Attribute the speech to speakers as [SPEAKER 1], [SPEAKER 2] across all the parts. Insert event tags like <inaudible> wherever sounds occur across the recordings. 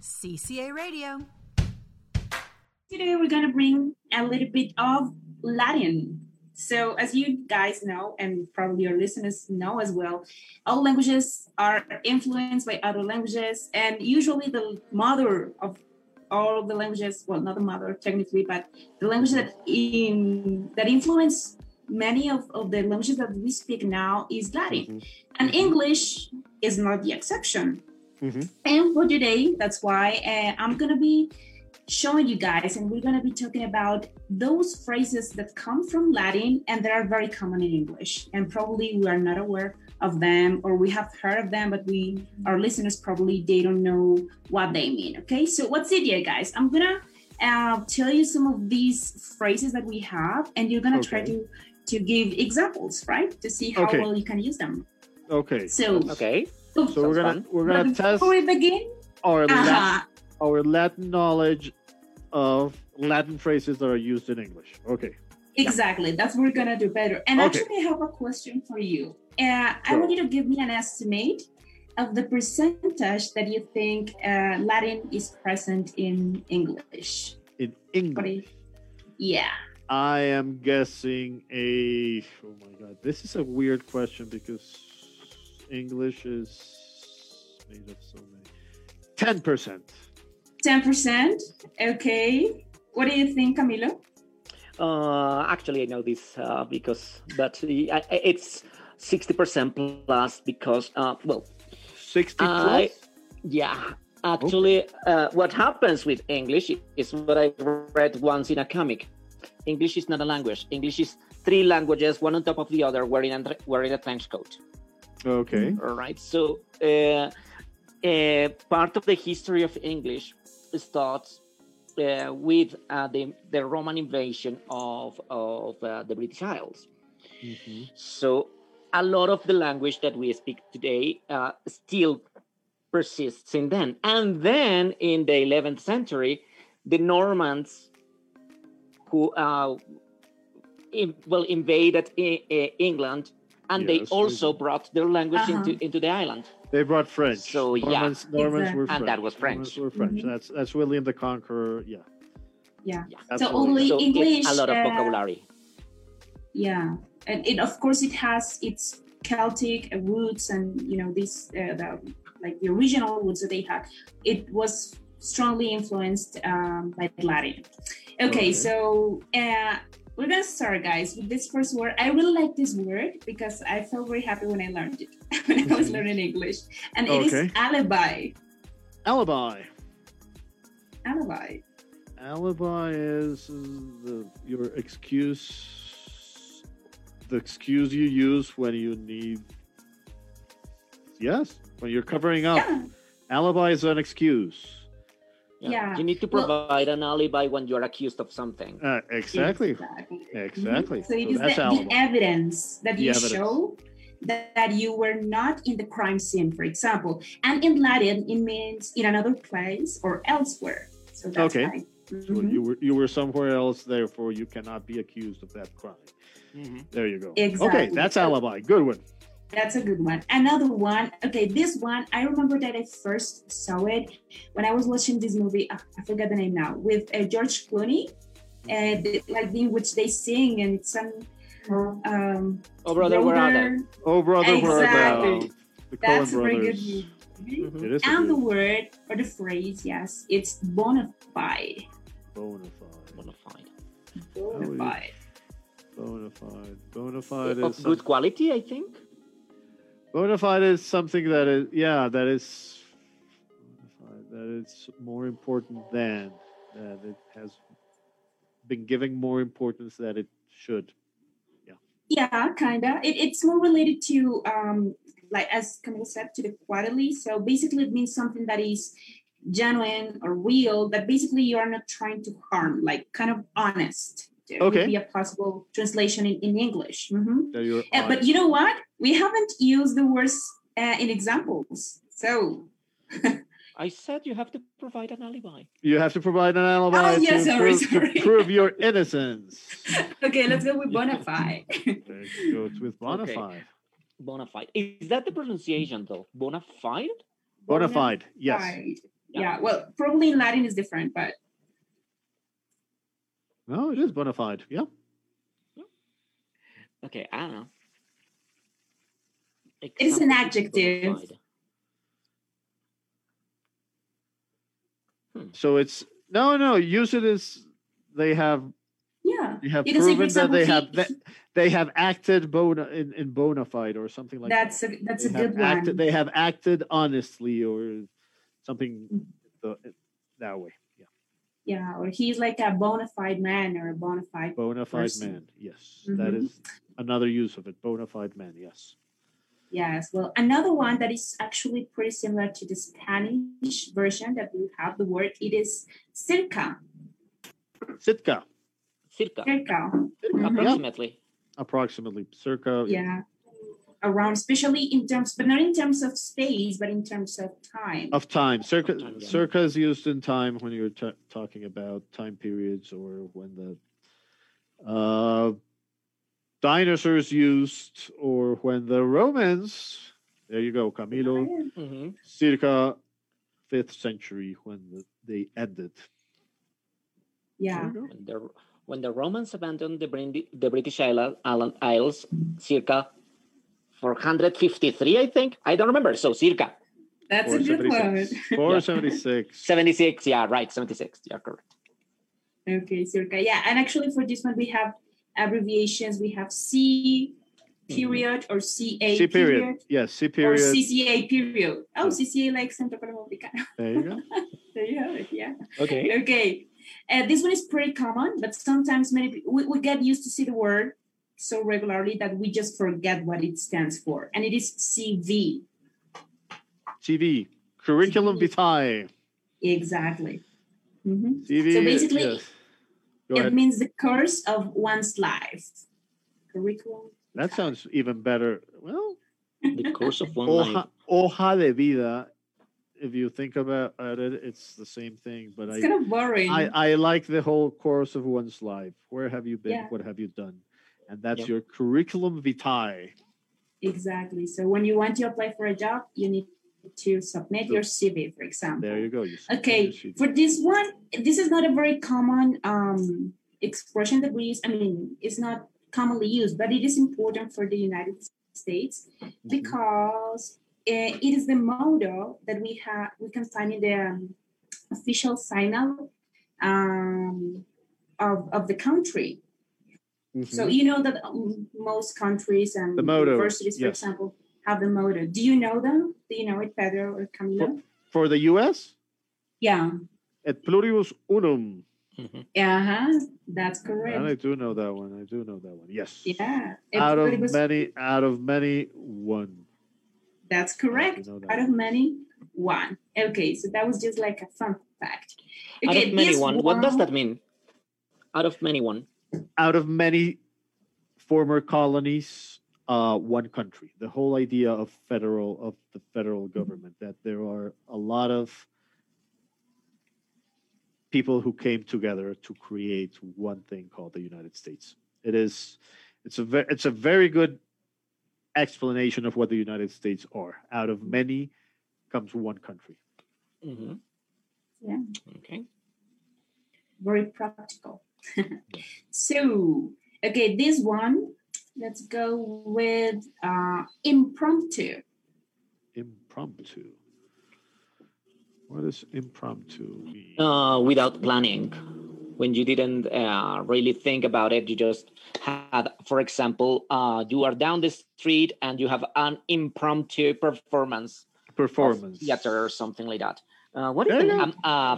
[SPEAKER 1] CCA Radio.
[SPEAKER 2] Today we're going to bring a little bit of Latin. So, as you guys know, and probably your listeners know as well, all languages are influenced by other languages, and usually the mother of all the languages, well, not the mother technically, but the language that in that influence many of, of the languages that we speak now is Latin. And
[SPEAKER 3] Mm-hmm.
[SPEAKER 2] English is not the exception.
[SPEAKER 3] Mhm.
[SPEAKER 2] And for today, that's why uh, I'm going to be showing you guys, and we're going to be talking about those phrases that come from Latin and that are very common in English. And probably we are not aware of them or we have heard of them, but we, our listeners, probably they don't know what they mean. Okay, so what's the idea, guys? I'm going to uh, tell you some of these phrases that we have, and you're going to try
[SPEAKER 3] Okay.
[SPEAKER 2] to to give examples, right? To see how
[SPEAKER 3] Okay.
[SPEAKER 2] well you can use them.
[SPEAKER 3] Okay.
[SPEAKER 2] So,
[SPEAKER 4] Okay.
[SPEAKER 3] So we're gonna
[SPEAKER 4] Sounds
[SPEAKER 3] we're
[SPEAKER 2] but
[SPEAKER 3] gonna test
[SPEAKER 2] before we begin,
[SPEAKER 3] our Latin,
[SPEAKER 2] uh-huh,
[SPEAKER 3] our Latin knowledge of Latin phrases that are used in English. Okay.
[SPEAKER 2] exactly, that's what we're gonna do better. And
[SPEAKER 3] Okay.
[SPEAKER 2] actually, I have a question for you. Uh, I
[SPEAKER 3] Sure.
[SPEAKER 2] want you to give me an estimate of the percentage that you think uh, Latin is present in English.
[SPEAKER 3] In
[SPEAKER 2] What do
[SPEAKER 3] English,
[SPEAKER 2] you- Yeah.
[SPEAKER 3] I am guessing a. Oh my god, this is a weird question because English is made of so many. Ten percent.
[SPEAKER 2] 10%. Okay. What do you think, Camilo?
[SPEAKER 4] Uh, actually, I know this uh, because, but the- I- I- it's sixty percent plus because, uh, well,
[SPEAKER 3] Sixty
[SPEAKER 4] I-
[SPEAKER 3] plus.
[SPEAKER 4] yeah. Actually, uh, what happens with English is what I read once in a comic. English is not a language. English is three languages, one on top of the other, wearing a, wearing a trench coat.
[SPEAKER 3] Okay.
[SPEAKER 4] All right. So, uh, uh, part of the history of English starts uh, with uh, the, the Roman invasion of, of uh, the British Isles. Mm-hmm.
[SPEAKER 3] Mhm.
[SPEAKER 4] So, a lot of the language that we speak today uh, still persists in then. And then in the 11th century, the Normans, who uh, in, well invaded I- I- England, and
[SPEAKER 3] Yes,
[SPEAKER 4] they
[SPEAKER 3] they
[SPEAKER 4] also
[SPEAKER 3] did.
[SPEAKER 4] brought their language
[SPEAKER 2] Uh-huh.
[SPEAKER 4] into, into the island.
[SPEAKER 3] They brought French.
[SPEAKER 4] So, yeah.
[SPEAKER 3] Normans, Normans were French.
[SPEAKER 4] And that was French.
[SPEAKER 3] Normans were French.
[SPEAKER 2] Mhm.
[SPEAKER 3] That's that's William the Conqueror. Yeah.
[SPEAKER 2] Yeah.
[SPEAKER 4] Yeah.
[SPEAKER 2] So
[SPEAKER 3] Absolutely.
[SPEAKER 2] only
[SPEAKER 4] So
[SPEAKER 2] English.
[SPEAKER 4] it's a lot of
[SPEAKER 2] uh,
[SPEAKER 4] vocabulary.
[SPEAKER 2] yeah and it of course it has its celtic roots and you know this uh, the, like the original roots that they had it was strongly influenced um, by latin okay,
[SPEAKER 3] Okay.
[SPEAKER 2] so uh, we're gonna start guys with this first word i really like this word because i felt very happy when i learned it <laughs> when i was learning english and it is
[SPEAKER 3] Mm-hmm. Okay.
[SPEAKER 2] alibi
[SPEAKER 3] Alibi.
[SPEAKER 2] alibi
[SPEAKER 3] Alibi is the your excuse, the excuse you use when you need. Yes, when you're covering up.
[SPEAKER 2] yeah
[SPEAKER 3] Alibi is an excuse.
[SPEAKER 2] yeah.
[SPEAKER 4] You need to
[SPEAKER 2] Well-
[SPEAKER 4] provide an alibi when you're accused of something.
[SPEAKER 3] Uh, exactly.
[SPEAKER 2] exactly
[SPEAKER 3] Exactly.
[SPEAKER 2] So it
[SPEAKER 3] So
[SPEAKER 2] is
[SPEAKER 3] that's
[SPEAKER 2] the, the
[SPEAKER 3] alibi.
[SPEAKER 2] evidence that
[SPEAKER 3] The
[SPEAKER 2] you
[SPEAKER 3] evidence.
[SPEAKER 2] show that, that you were not in the crime scene, for example. And in Latin, it means in another place or elsewhere. So that's
[SPEAKER 3] Okay. Mm-hmm.
[SPEAKER 2] why.
[SPEAKER 3] So
[SPEAKER 2] Mhm.
[SPEAKER 3] you were you were somewhere else, therefore you cannot be accused of that crime. There you go. Okay,
[SPEAKER 2] Exactly.
[SPEAKER 3] that's alibi. Good one.
[SPEAKER 2] That's a good one. Another one. Okay, this one I remember that I first saw it when I was watching this movie. ah, I forgot the name now with uh, George Clooney, and like in which they sing and it's an um,
[SPEAKER 4] Oh, brother, where are they?
[SPEAKER 2] younger-
[SPEAKER 3] Oh brother, brother,
[SPEAKER 2] Exactly.
[SPEAKER 3] uh, the Coen
[SPEAKER 2] That's a very good
[SPEAKER 3] brothers.
[SPEAKER 2] movie.
[SPEAKER 3] It is a
[SPEAKER 2] and the
[SPEAKER 3] good
[SPEAKER 2] word or the phrase, yes, it's bona fide.
[SPEAKER 3] bona fide.
[SPEAKER 4] Bonafide.
[SPEAKER 2] Bona
[SPEAKER 3] Oh, yeah.
[SPEAKER 2] fide.
[SPEAKER 3] Bona fide. Bona fide
[SPEAKER 4] Of
[SPEAKER 3] is um,
[SPEAKER 4] good
[SPEAKER 3] something-
[SPEAKER 4] quality, I think.
[SPEAKER 3] Bona fide is something that is, yeah, that is, bona fide, that is more important than, that it has been giving more importance that it should.
[SPEAKER 2] Yeah, kinda. It, it's more related to um, like as Camille said, to the quarterly. So basically, it means something that is genuine or real. That basically you are not trying to harm, like kind of honest. It
[SPEAKER 3] Okay.
[SPEAKER 2] Would be a possible translation in, in English. Mhm.
[SPEAKER 3] That you're
[SPEAKER 2] Uh, but
[SPEAKER 3] honest.
[SPEAKER 2] you know what? We haven't used the words uh, in examples. So
[SPEAKER 4] I said you have to provide an alibi.
[SPEAKER 3] You have to provide an alibi
[SPEAKER 2] Oh, yeah,
[SPEAKER 3] to,
[SPEAKER 2] sorry,
[SPEAKER 3] prove,
[SPEAKER 2] sorry.
[SPEAKER 3] to prove your
[SPEAKER 2] <laughs>
[SPEAKER 3] innocence.
[SPEAKER 2] okay, let's
[SPEAKER 3] <laughs>
[SPEAKER 2] go with bona fide.
[SPEAKER 3] there you go. It's with bona
[SPEAKER 4] Okay.
[SPEAKER 3] fide.
[SPEAKER 4] Bonafide. Is that the pronunciation though? Bonafide?
[SPEAKER 3] Bona fide, yes.
[SPEAKER 2] Right. yeah. Well, probably in Latin is different, but
[SPEAKER 3] No, it is bona fide. Yeah.
[SPEAKER 4] Okay, I don't know.
[SPEAKER 2] is an
[SPEAKER 4] Example
[SPEAKER 2] adjective.
[SPEAKER 4] bona fide.
[SPEAKER 3] So it's no, no. Use it as they have.
[SPEAKER 2] yeah.
[SPEAKER 3] They have
[SPEAKER 2] You can say, for
[SPEAKER 3] proven
[SPEAKER 2] example,
[SPEAKER 3] that they
[SPEAKER 2] he-
[SPEAKER 3] have that they have acted bona in, in bona fide or something like
[SPEAKER 2] that's a, that's a
[SPEAKER 3] they have
[SPEAKER 2] good
[SPEAKER 3] acted,
[SPEAKER 2] one.
[SPEAKER 3] They have acted honestly or something
[SPEAKER 2] Mm.
[SPEAKER 3] the, that way. Yeah.
[SPEAKER 2] Yeah, or he's like a bona fide man or a bona fide.
[SPEAKER 3] Bona fide
[SPEAKER 2] Person.
[SPEAKER 3] man. Yes. That
[SPEAKER 2] Mhm.
[SPEAKER 3] is another use of it. Bona fide man. Yes.
[SPEAKER 2] Yes, well, another one that is actually pretty similar to the Spanish version that we have the word. It is circa,
[SPEAKER 3] Sitka.
[SPEAKER 4] Circa,
[SPEAKER 2] circa. Mhm.
[SPEAKER 3] Yeah.
[SPEAKER 4] approximately.
[SPEAKER 3] Approximately. Circa.
[SPEAKER 2] Yeah, around, especially in terms, but not in terms of space, but in terms of time.
[SPEAKER 3] Of time. Circa,
[SPEAKER 4] time, yeah.
[SPEAKER 3] circa is used in time when you're t- talking about time periods or when the uh, dinosaurs used or when the Romans, there you go, Camilo,
[SPEAKER 4] hmm
[SPEAKER 3] circa 5th century when the, they ended.
[SPEAKER 2] Yeah,
[SPEAKER 3] There you
[SPEAKER 4] When, the, when the Romans abandoned the, Brin- the British island, island Isles, circa 453, I think. I don't remember. So circa
[SPEAKER 2] that's a good one. <laughs>
[SPEAKER 3] 476. <laughs> 476.
[SPEAKER 4] 76. Yeah, right. 76. Yeah, correct.
[SPEAKER 2] Okay, circa. Yeah, and actually for this one we have abbreviations. We have C
[SPEAKER 4] Mhm.
[SPEAKER 2] period or CA
[SPEAKER 3] C period. Yes, C
[SPEAKER 2] period or
[SPEAKER 3] period.
[SPEAKER 2] CCA period. Oh, CCA like Centro para Americano.
[SPEAKER 3] There you go.
[SPEAKER 2] <laughs> There you have it. Yeah.
[SPEAKER 4] Okay.
[SPEAKER 2] Okay. Uh, this one is pretty common, but sometimes many pe- we, we get used to see the word so regularly that we just forget what it stands for. And it is CV.
[SPEAKER 3] CV. Curriculum
[SPEAKER 2] CV.
[SPEAKER 3] vitae.
[SPEAKER 2] Exactly. Mhm.
[SPEAKER 3] CV.
[SPEAKER 2] basically,
[SPEAKER 3] yes. Go
[SPEAKER 2] It
[SPEAKER 3] ahead.
[SPEAKER 2] means the curse of one's life. Curriculum.
[SPEAKER 3] That sounds even better. Well,
[SPEAKER 4] The course of one life.
[SPEAKER 3] hoja, hoja de vida. If you think about at it, it's the same thing. But
[SPEAKER 2] It's
[SPEAKER 3] I,
[SPEAKER 2] kind of boring.
[SPEAKER 3] I, I like the whole course of one's life. Where have you been?
[SPEAKER 2] Yeah.
[SPEAKER 3] What have you done? And that's
[SPEAKER 4] Yep.
[SPEAKER 3] your curriculum vitae.
[SPEAKER 2] Exactly. So when you want to apply for a job, you need to submit your CV, for example.
[SPEAKER 3] There you go. You submit your
[SPEAKER 2] Okay,
[SPEAKER 3] CV.
[SPEAKER 2] for this one, this is not a very common um, expression that we use. I mean, it's not commonly used, but it is important for the United States
[SPEAKER 3] Mm-hmm.
[SPEAKER 2] because uh, it is the motto that we have. We can find in the um, official signal um, of of the country.
[SPEAKER 3] Mhm.
[SPEAKER 2] So you know that um, most countries and
[SPEAKER 3] The motto,
[SPEAKER 2] universities, for
[SPEAKER 3] yes.
[SPEAKER 2] example, have the motto. Do you know them? Do you know it, Pedro or Camilo?
[SPEAKER 3] for the U.S.,
[SPEAKER 2] Yeah.
[SPEAKER 3] et pluribus unum.
[SPEAKER 4] Mhm.
[SPEAKER 2] Uh-huh. That's correct.
[SPEAKER 3] And I do know that one. I do know that one. Yes.
[SPEAKER 2] Yeah.
[SPEAKER 3] Out of
[SPEAKER 2] Everybody was-
[SPEAKER 3] many, out of many, one.
[SPEAKER 2] that's correct.
[SPEAKER 3] know that
[SPEAKER 2] Out of many, one. Okay, so that was just like a fun fact.
[SPEAKER 4] Out
[SPEAKER 2] Okay,
[SPEAKER 4] of many
[SPEAKER 2] this
[SPEAKER 4] one. What does that mean? Out of many one.
[SPEAKER 3] Out of many former colonies, uh, one country. The whole idea of federal of the federal government that there are a lot of people who came together to create one thing called the United States. It is, it's a ve- it's a very good explanation of what the United States are. Out of many comes one country.
[SPEAKER 4] Mhm.
[SPEAKER 2] Yeah.
[SPEAKER 4] Okay.
[SPEAKER 2] Very practical. <laughs> so, okay, this one, let's go with uh, impromptu.
[SPEAKER 3] impromptu. What does impromptu mean?
[SPEAKER 4] uh, without planning. When you didn't uh, really think about it, you just had, for example, uh, you are down the street and you have an impromptu performance, of
[SPEAKER 3] Performance.
[SPEAKER 4] theater or something like that. Uh, what is
[SPEAKER 3] There
[SPEAKER 4] it?
[SPEAKER 3] you go.
[SPEAKER 4] Um, uh,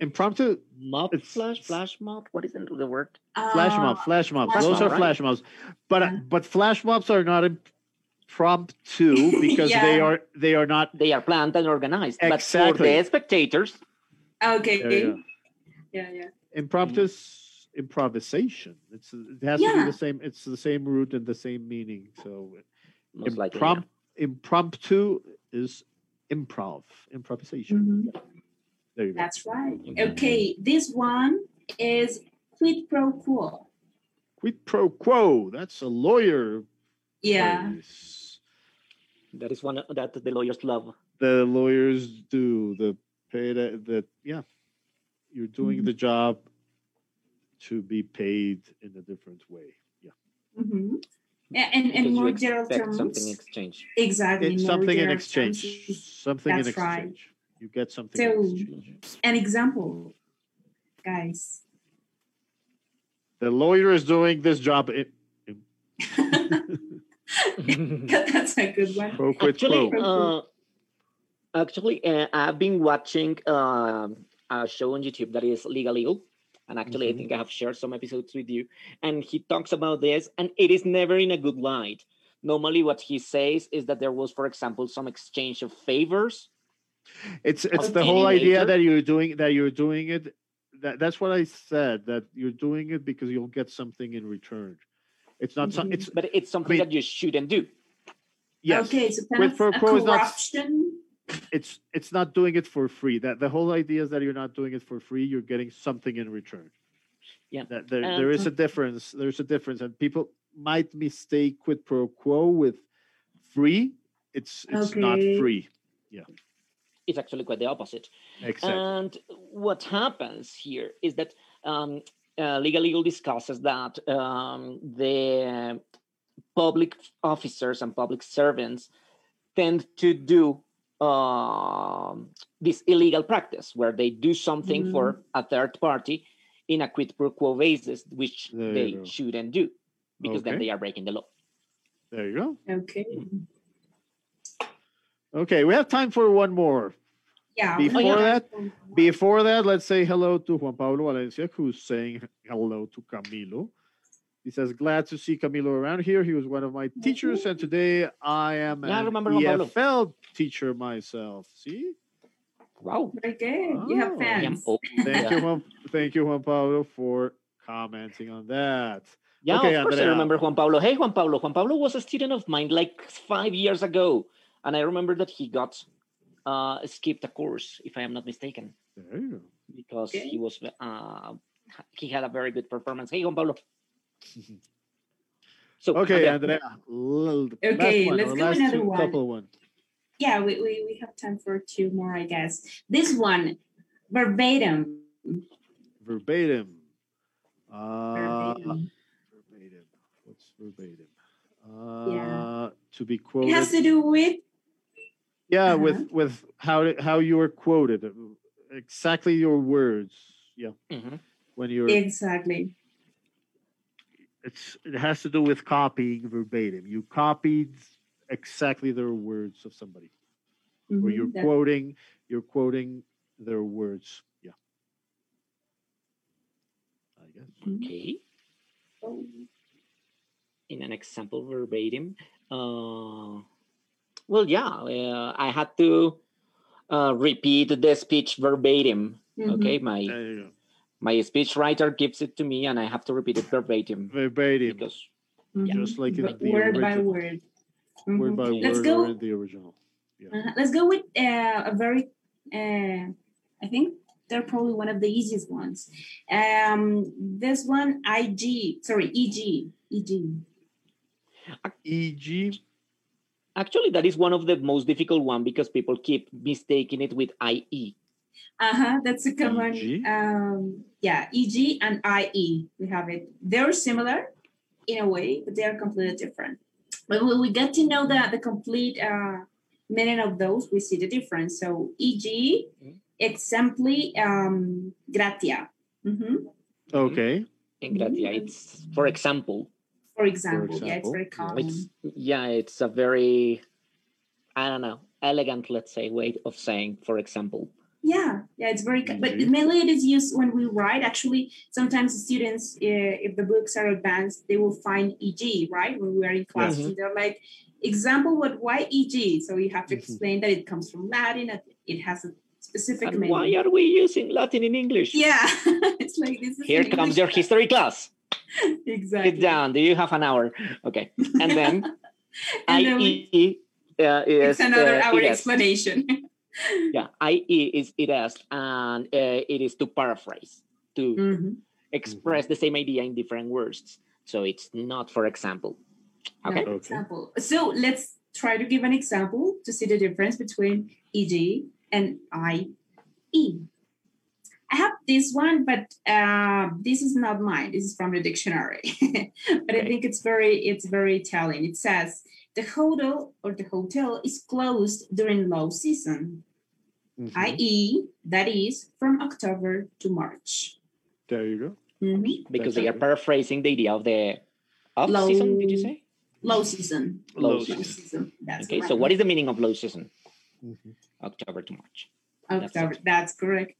[SPEAKER 3] Impromptu
[SPEAKER 4] mob
[SPEAKER 3] It's-
[SPEAKER 4] flash flash mob? What is the the word?
[SPEAKER 3] flash
[SPEAKER 2] Uh,
[SPEAKER 3] mob, flash mobs.
[SPEAKER 2] flash
[SPEAKER 3] Those
[SPEAKER 4] mob,
[SPEAKER 3] are
[SPEAKER 4] right?
[SPEAKER 3] flash mobs, but
[SPEAKER 2] Yeah.
[SPEAKER 3] but flash mobs are not
[SPEAKER 2] <laughs>
[SPEAKER 3] impromptu because they
[SPEAKER 2] Yeah.
[SPEAKER 3] are they are not.
[SPEAKER 4] They are planned and organized, but for
[SPEAKER 3] Exactly.
[SPEAKER 4] the spectators,
[SPEAKER 2] Uh, Okay.
[SPEAKER 3] There you go.
[SPEAKER 2] Yeah, yeah.
[SPEAKER 3] Impromptu is improvisation. It's it has to
[SPEAKER 2] Mm. Yeah.
[SPEAKER 3] be the same. It's the same root and the same meaning. So
[SPEAKER 4] most likely. yeah.
[SPEAKER 3] improm- impromptu is improv, improvisation.
[SPEAKER 2] Mhm.
[SPEAKER 3] There you go.
[SPEAKER 2] That's right.
[SPEAKER 4] Mhm.
[SPEAKER 2] Okay, this one is quid pro quo.
[SPEAKER 3] Quid pro quo. That's a lawyer
[SPEAKER 2] Yeah.
[SPEAKER 3] phrase.
[SPEAKER 4] That is one that the lawyers love.
[SPEAKER 3] the lawyers do the paid that yeah you're doing
[SPEAKER 2] Mm-hmm.
[SPEAKER 3] the job to be paid in a different way yeah Mm-hmm.
[SPEAKER 2] Mhm. Yeah, and,
[SPEAKER 4] because
[SPEAKER 2] and
[SPEAKER 4] you
[SPEAKER 2] more general
[SPEAKER 4] expect
[SPEAKER 2] terms.
[SPEAKER 4] something in
[SPEAKER 3] <laughs>
[SPEAKER 4] exchange.
[SPEAKER 2] Exactly.
[SPEAKER 3] it's
[SPEAKER 2] more
[SPEAKER 3] something in
[SPEAKER 2] general
[SPEAKER 3] exchange
[SPEAKER 2] terms is-
[SPEAKER 3] something in
[SPEAKER 2] That's right.
[SPEAKER 3] exchange you get something in
[SPEAKER 2] So-
[SPEAKER 3] exchange
[SPEAKER 2] An example,
[SPEAKER 4] <laughs>
[SPEAKER 2] guys. <laughs>
[SPEAKER 3] the lawyer is doing this job in,
[SPEAKER 2] That's a good one.
[SPEAKER 3] pro quid
[SPEAKER 4] actually,
[SPEAKER 3] pro
[SPEAKER 4] uh, actually, uh, I've been watching um a show on YouTube that is Legal Eagle, and actually,
[SPEAKER 3] Mhm.
[SPEAKER 4] I think I have shared some episodes with you. And he talks about this, and it is never in a good light. Normally, what he says is that there was, for example, some exchange of favors.
[SPEAKER 3] it's it's
[SPEAKER 4] of
[SPEAKER 3] the whole
[SPEAKER 4] any
[SPEAKER 3] idea
[SPEAKER 4] nature.
[SPEAKER 3] that you're doing that you're doing it that, that's what i said that you're doing it because you'll get something in return it's not so,
[SPEAKER 2] Mhm.
[SPEAKER 3] it's
[SPEAKER 4] But it's something
[SPEAKER 3] mean-
[SPEAKER 4] that you shouldn't do.
[SPEAKER 3] yes
[SPEAKER 2] Okay, so kind
[SPEAKER 3] Quid
[SPEAKER 2] of
[SPEAKER 3] pro
[SPEAKER 2] a
[SPEAKER 3] quo is not-
[SPEAKER 2] corruption.
[SPEAKER 3] it's it's not doing it for free. That the whole idea is that you're not doing it for free. You're getting something in return.
[SPEAKER 4] Yeah.
[SPEAKER 3] That there,
[SPEAKER 4] And-
[SPEAKER 3] there is a difference. There's a difference, and people might mistake quid pro quo with free. It's it's not
[SPEAKER 2] Okay.
[SPEAKER 3] free.
[SPEAKER 4] It's actually quite the opposite.
[SPEAKER 3] Exactly.
[SPEAKER 4] And what happens here is that um, uh, Legal Eagle discusses that um, the public officers and public servants tend to do um, this illegal practice where they do something
[SPEAKER 3] Mm-hmm.
[SPEAKER 4] for a third party in a quid pro quo basis, which
[SPEAKER 3] There you
[SPEAKER 4] they
[SPEAKER 3] go.
[SPEAKER 4] shouldn't do because then
[SPEAKER 3] Okay.
[SPEAKER 4] they are breaking the law.
[SPEAKER 3] there you go.
[SPEAKER 2] Okay.
[SPEAKER 3] Okay, we have time for one more.
[SPEAKER 2] Yeah.
[SPEAKER 3] Before
[SPEAKER 2] we-
[SPEAKER 3] that, Before that, let's say hello to Juan Pablo Valencia, who's saying hello to Camilo. He says, "Glad to see Camilo around here. He was one of my teachers, and today I am an
[SPEAKER 4] Yeah, I remember Juan Pablo.
[SPEAKER 3] EFL teacher myself." See,
[SPEAKER 4] Wow.
[SPEAKER 2] Very good. You
[SPEAKER 3] Oh.
[SPEAKER 2] have
[SPEAKER 4] I am
[SPEAKER 2] fans.
[SPEAKER 4] old.
[SPEAKER 3] thank
[SPEAKER 4] Yeah.
[SPEAKER 3] you, Juan, thank you, Juan Pablo, for commenting on that.
[SPEAKER 4] Yeah,
[SPEAKER 3] Okay,
[SPEAKER 4] of course
[SPEAKER 3] Andrea.
[SPEAKER 4] I remember Juan Pablo. Hey, Juan Pablo. Juan Pablo was a student of mine like five years ago, and I remember that he got uh, skipped a course, if I am not mistaken,
[SPEAKER 3] There you
[SPEAKER 4] because
[SPEAKER 2] Okay.
[SPEAKER 4] he was uh, he had a very good performance. Hey, Juan Pablo.
[SPEAKER 3] <laughs>
[SPEAKER 4] so
[SPEAKER 3] go. Okay,
[SPEAKER 4] Andrea,
[SPEAKER 3] Andrea. l- the
[SPEAKER 2] Okay,
[SPEAKER 3] last one,
[SPEAKER 2] let's
[SPEAKER 3] or
[SPEAKER 2] do
[SPEAKER 3] last
[SPEAKER 2] another
[SPEAKER 3] two-
[SPEAKER 2] one.
[SPEAKER 3] Couple one.
[SPEAKER 2] Yeah, we, we, we have time for two more, I guess. This one, verbatim.
[SPEAKER 3] verbatim. Uh,
[SPEAKER 2] Verbatim.
[SPEAKER 3] verbatim. What's verbatim? Uh, To be
[SPEAKER 2] It
[SPEAKER 3] quoted.
[SPEAKER 2] has to do with
[SPEAKER 3] yeah,
[SPEAKER 2] uh-huh.
[SPEAKER 3] with with how it- how you are quoted, uh, exactly your words. Yeah,
[SPEAKER 4] mhm.
[SPEAKER 3] when you're,
[SPEAKER 2] exactly.
[SPEAKER 3] it's it has to do with copying verbatim. You copied exactly their words of somebody, or you're
[SPEAKER 2] Mhm, that-
[SPEAKER 3] quoting you're quoting their words. Yeah. I guess.
[SPEAKER 4] okay,
[SPEAKER 2] oh,
[SPEAKER 4] in an example verbatim. Uh, well, yeah, uh, I had to uh, repeat the speech verbatim.
[SPEAKER 2] mhm.
[SPEAKER 4] Okay, my.
[SPEAKER 3] There you go.
[SPEAKER 4] my speech writer gives it to me and I have to repeat it verbatim
[SPEAKER 3] Verbatim.
[SPEAKER 4] because
[SPEAKER 2] Mhm.
[SPEAKER 3] just like in
[SPEAKER 2] But
[SPEAKER 3] the
[SPEAKER 2] word by
[SPEAKER 3] original.
[SPEAKER 2] word. Mhm.
[SPEAKER 3] word by
[SPEAKER 4] Let's
[SPEAKER 3] word
[SPEAKER 2] go.
[SPEAKER 3] or in the original.
[SPEAKER 2] Uh-huh. Let's go with uh, a very, uh, I think they're probably one of the easiest ones. Um, this one, IG, sorry, E EG, EG.
[SPEAKER 3] E.g.,
[SPEAKER 4] actually that is one of the most difficult one because people keep mistaking it with E, IE.
[SPEAKER 2] Uh huh. That's a common.
[SPEAKER 3] EG?
[SPEAKER 2] Um, yeah, EG and IE. We have it. They're similar in a way, but they are completely different. But when we get to know the the complete uh, meaning of those, we see the difference. So EG,
[SPEAKER 3] Mm-hmm.
[SPEAKER 4] Mhm.
[SPEAKER 2] exempli um, gratia. Mhm.
[SPEAKER 3] okay,
[SPEAKER 4] And that,
[SPEAKER 2] Mm.
[SPEAKER 4] yeah, it's for example,
[SPEAKER 2] For example, yeah, it's
[SPEAKER 3] example,
[SPEAKER 2] very
[SPEAKER 3] yeah.
[SPEAKER 2] common.
[SPEAKER 4] it's yeah, it's a very I don't know, elegant let's say way of saying for example.
[SPEAKER 2] Yeah, yeah, it's very, co- but
[SPEAKER 3] Mhm.
[SPEAKER 2] mainly it is used when we write. Actually, sometimes the students, uh, if the books are advanced, they will find EG, right? When we are in class,
[SPEAKER 4] Mhm.
[SPEAKER 2] and they're like, example, what, why EG? So you have to
[SPEAKER 4] Mm-hmm.
[SPEAKER 3] Mhm.
[SPEAKER 2] explain that it comes from Latin, that it has a specific
[SPEAKER 4] And
[SPEAKER 2] meaning.
[SPEAKER 4] why are we using Latin in English?
[SPEAKER 2] yeah, <laughs> it's like this is
[SPEAKER 4] Here
[SPEAKER 2] an
[SPEAKER 4] comes your
[SPEAKER 2] English
[SPEAKER 4] history class.
[SPEAKER 2] class. <laughs> exactly.
[SPEAKER 4] Sit down. Do you have an hour? Okay. And then
[SPEAKER 2] <laughs> And then we-
[SPEAKER 4] IE uh,
[SPEAKER 2] it's
[SPEAKER 4] is
[SPEAKER 2] another
[SPEAKER 4] uh,
[SPEAKER 2] our
[SPEAKER 4] it is.
[SPEAKER 2] explanation. <laughs>
[SPEAKER 4] yeah i.e is it as and uh, it is to paraphrase to
[SPEAKER 2] Mhm.
[SPEAKER 4] express the same idea in different words so it's not for example
[SPEAKER 2] Yeah,
[SPEAKER 4] okay
[SPEAKER 3] Okay.
[SPEAKER 2] Example. So let's try to give an example to see the difference between ed and ie. I have this one, but uh, this is not mine. This is from the dictionary, <laughs> but I
[SPEAKER 4] Okay.
[SPEAKER 2] think it's very it's very telling. It says the hotel or the hotel is closed during low season,
[SPEAKER 3] Mhm.
[SPEAKER 2] i.e., that is from October to March.
[SPEAKER 3] there you go.
[SPEAKER 2] Mhm.
[SPEAKER 4] because
[SPEAKER 3] That's
[SPEAKER 4] they are
[SPEAKER 3] okay.
[SPEAKER 4] paraphrasing the idea of the off season. Did you say?
[SPEAKER 2] Low season.
[SPEAKER 4] Low
[SPEAKER 3] Low
[SPEAKER 2] Low
[SPEAKER 4] season.
[SPEAKER 3] season.
[SPEAKER 2] season. That's
[SPEAKER 4] Okay,
[SPEAKER 2] correct.
[SPEAKER 4] so what is the meaning of low season?
[SPEAKER 3] Mhm.
[SPEAKER 4] October to March.
[SPEAKER 2] Of
[SPEAKER 4] That's
[SPEAKER 2] cover-
[SPEAKER 4] it.
[SPEAKER 2] That's correct.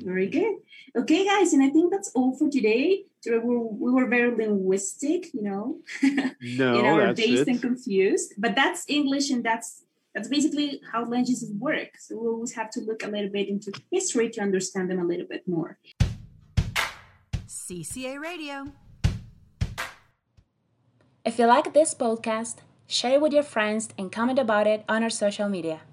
[SPEAKER 2] Mhm. Very good. Okay, guys, and I think that's all for today. We were, we were very linguistic, you know, in
[SPEAKER 3] No,
[SPEAKER 2] our
[SPEAKER 3] that's
[SPEAKER 2] days and
[SPEAKER 3] it.
[SPEAKER 2] confused. But that's English, and that's that's basically how languages work. So we always have to look a little bit into history to understand them a little bit more.
[SPEAKER 1] CCA Radio.
[SPEAKER 5] If you like this podcast, share it with your friends and comment about it on our social media.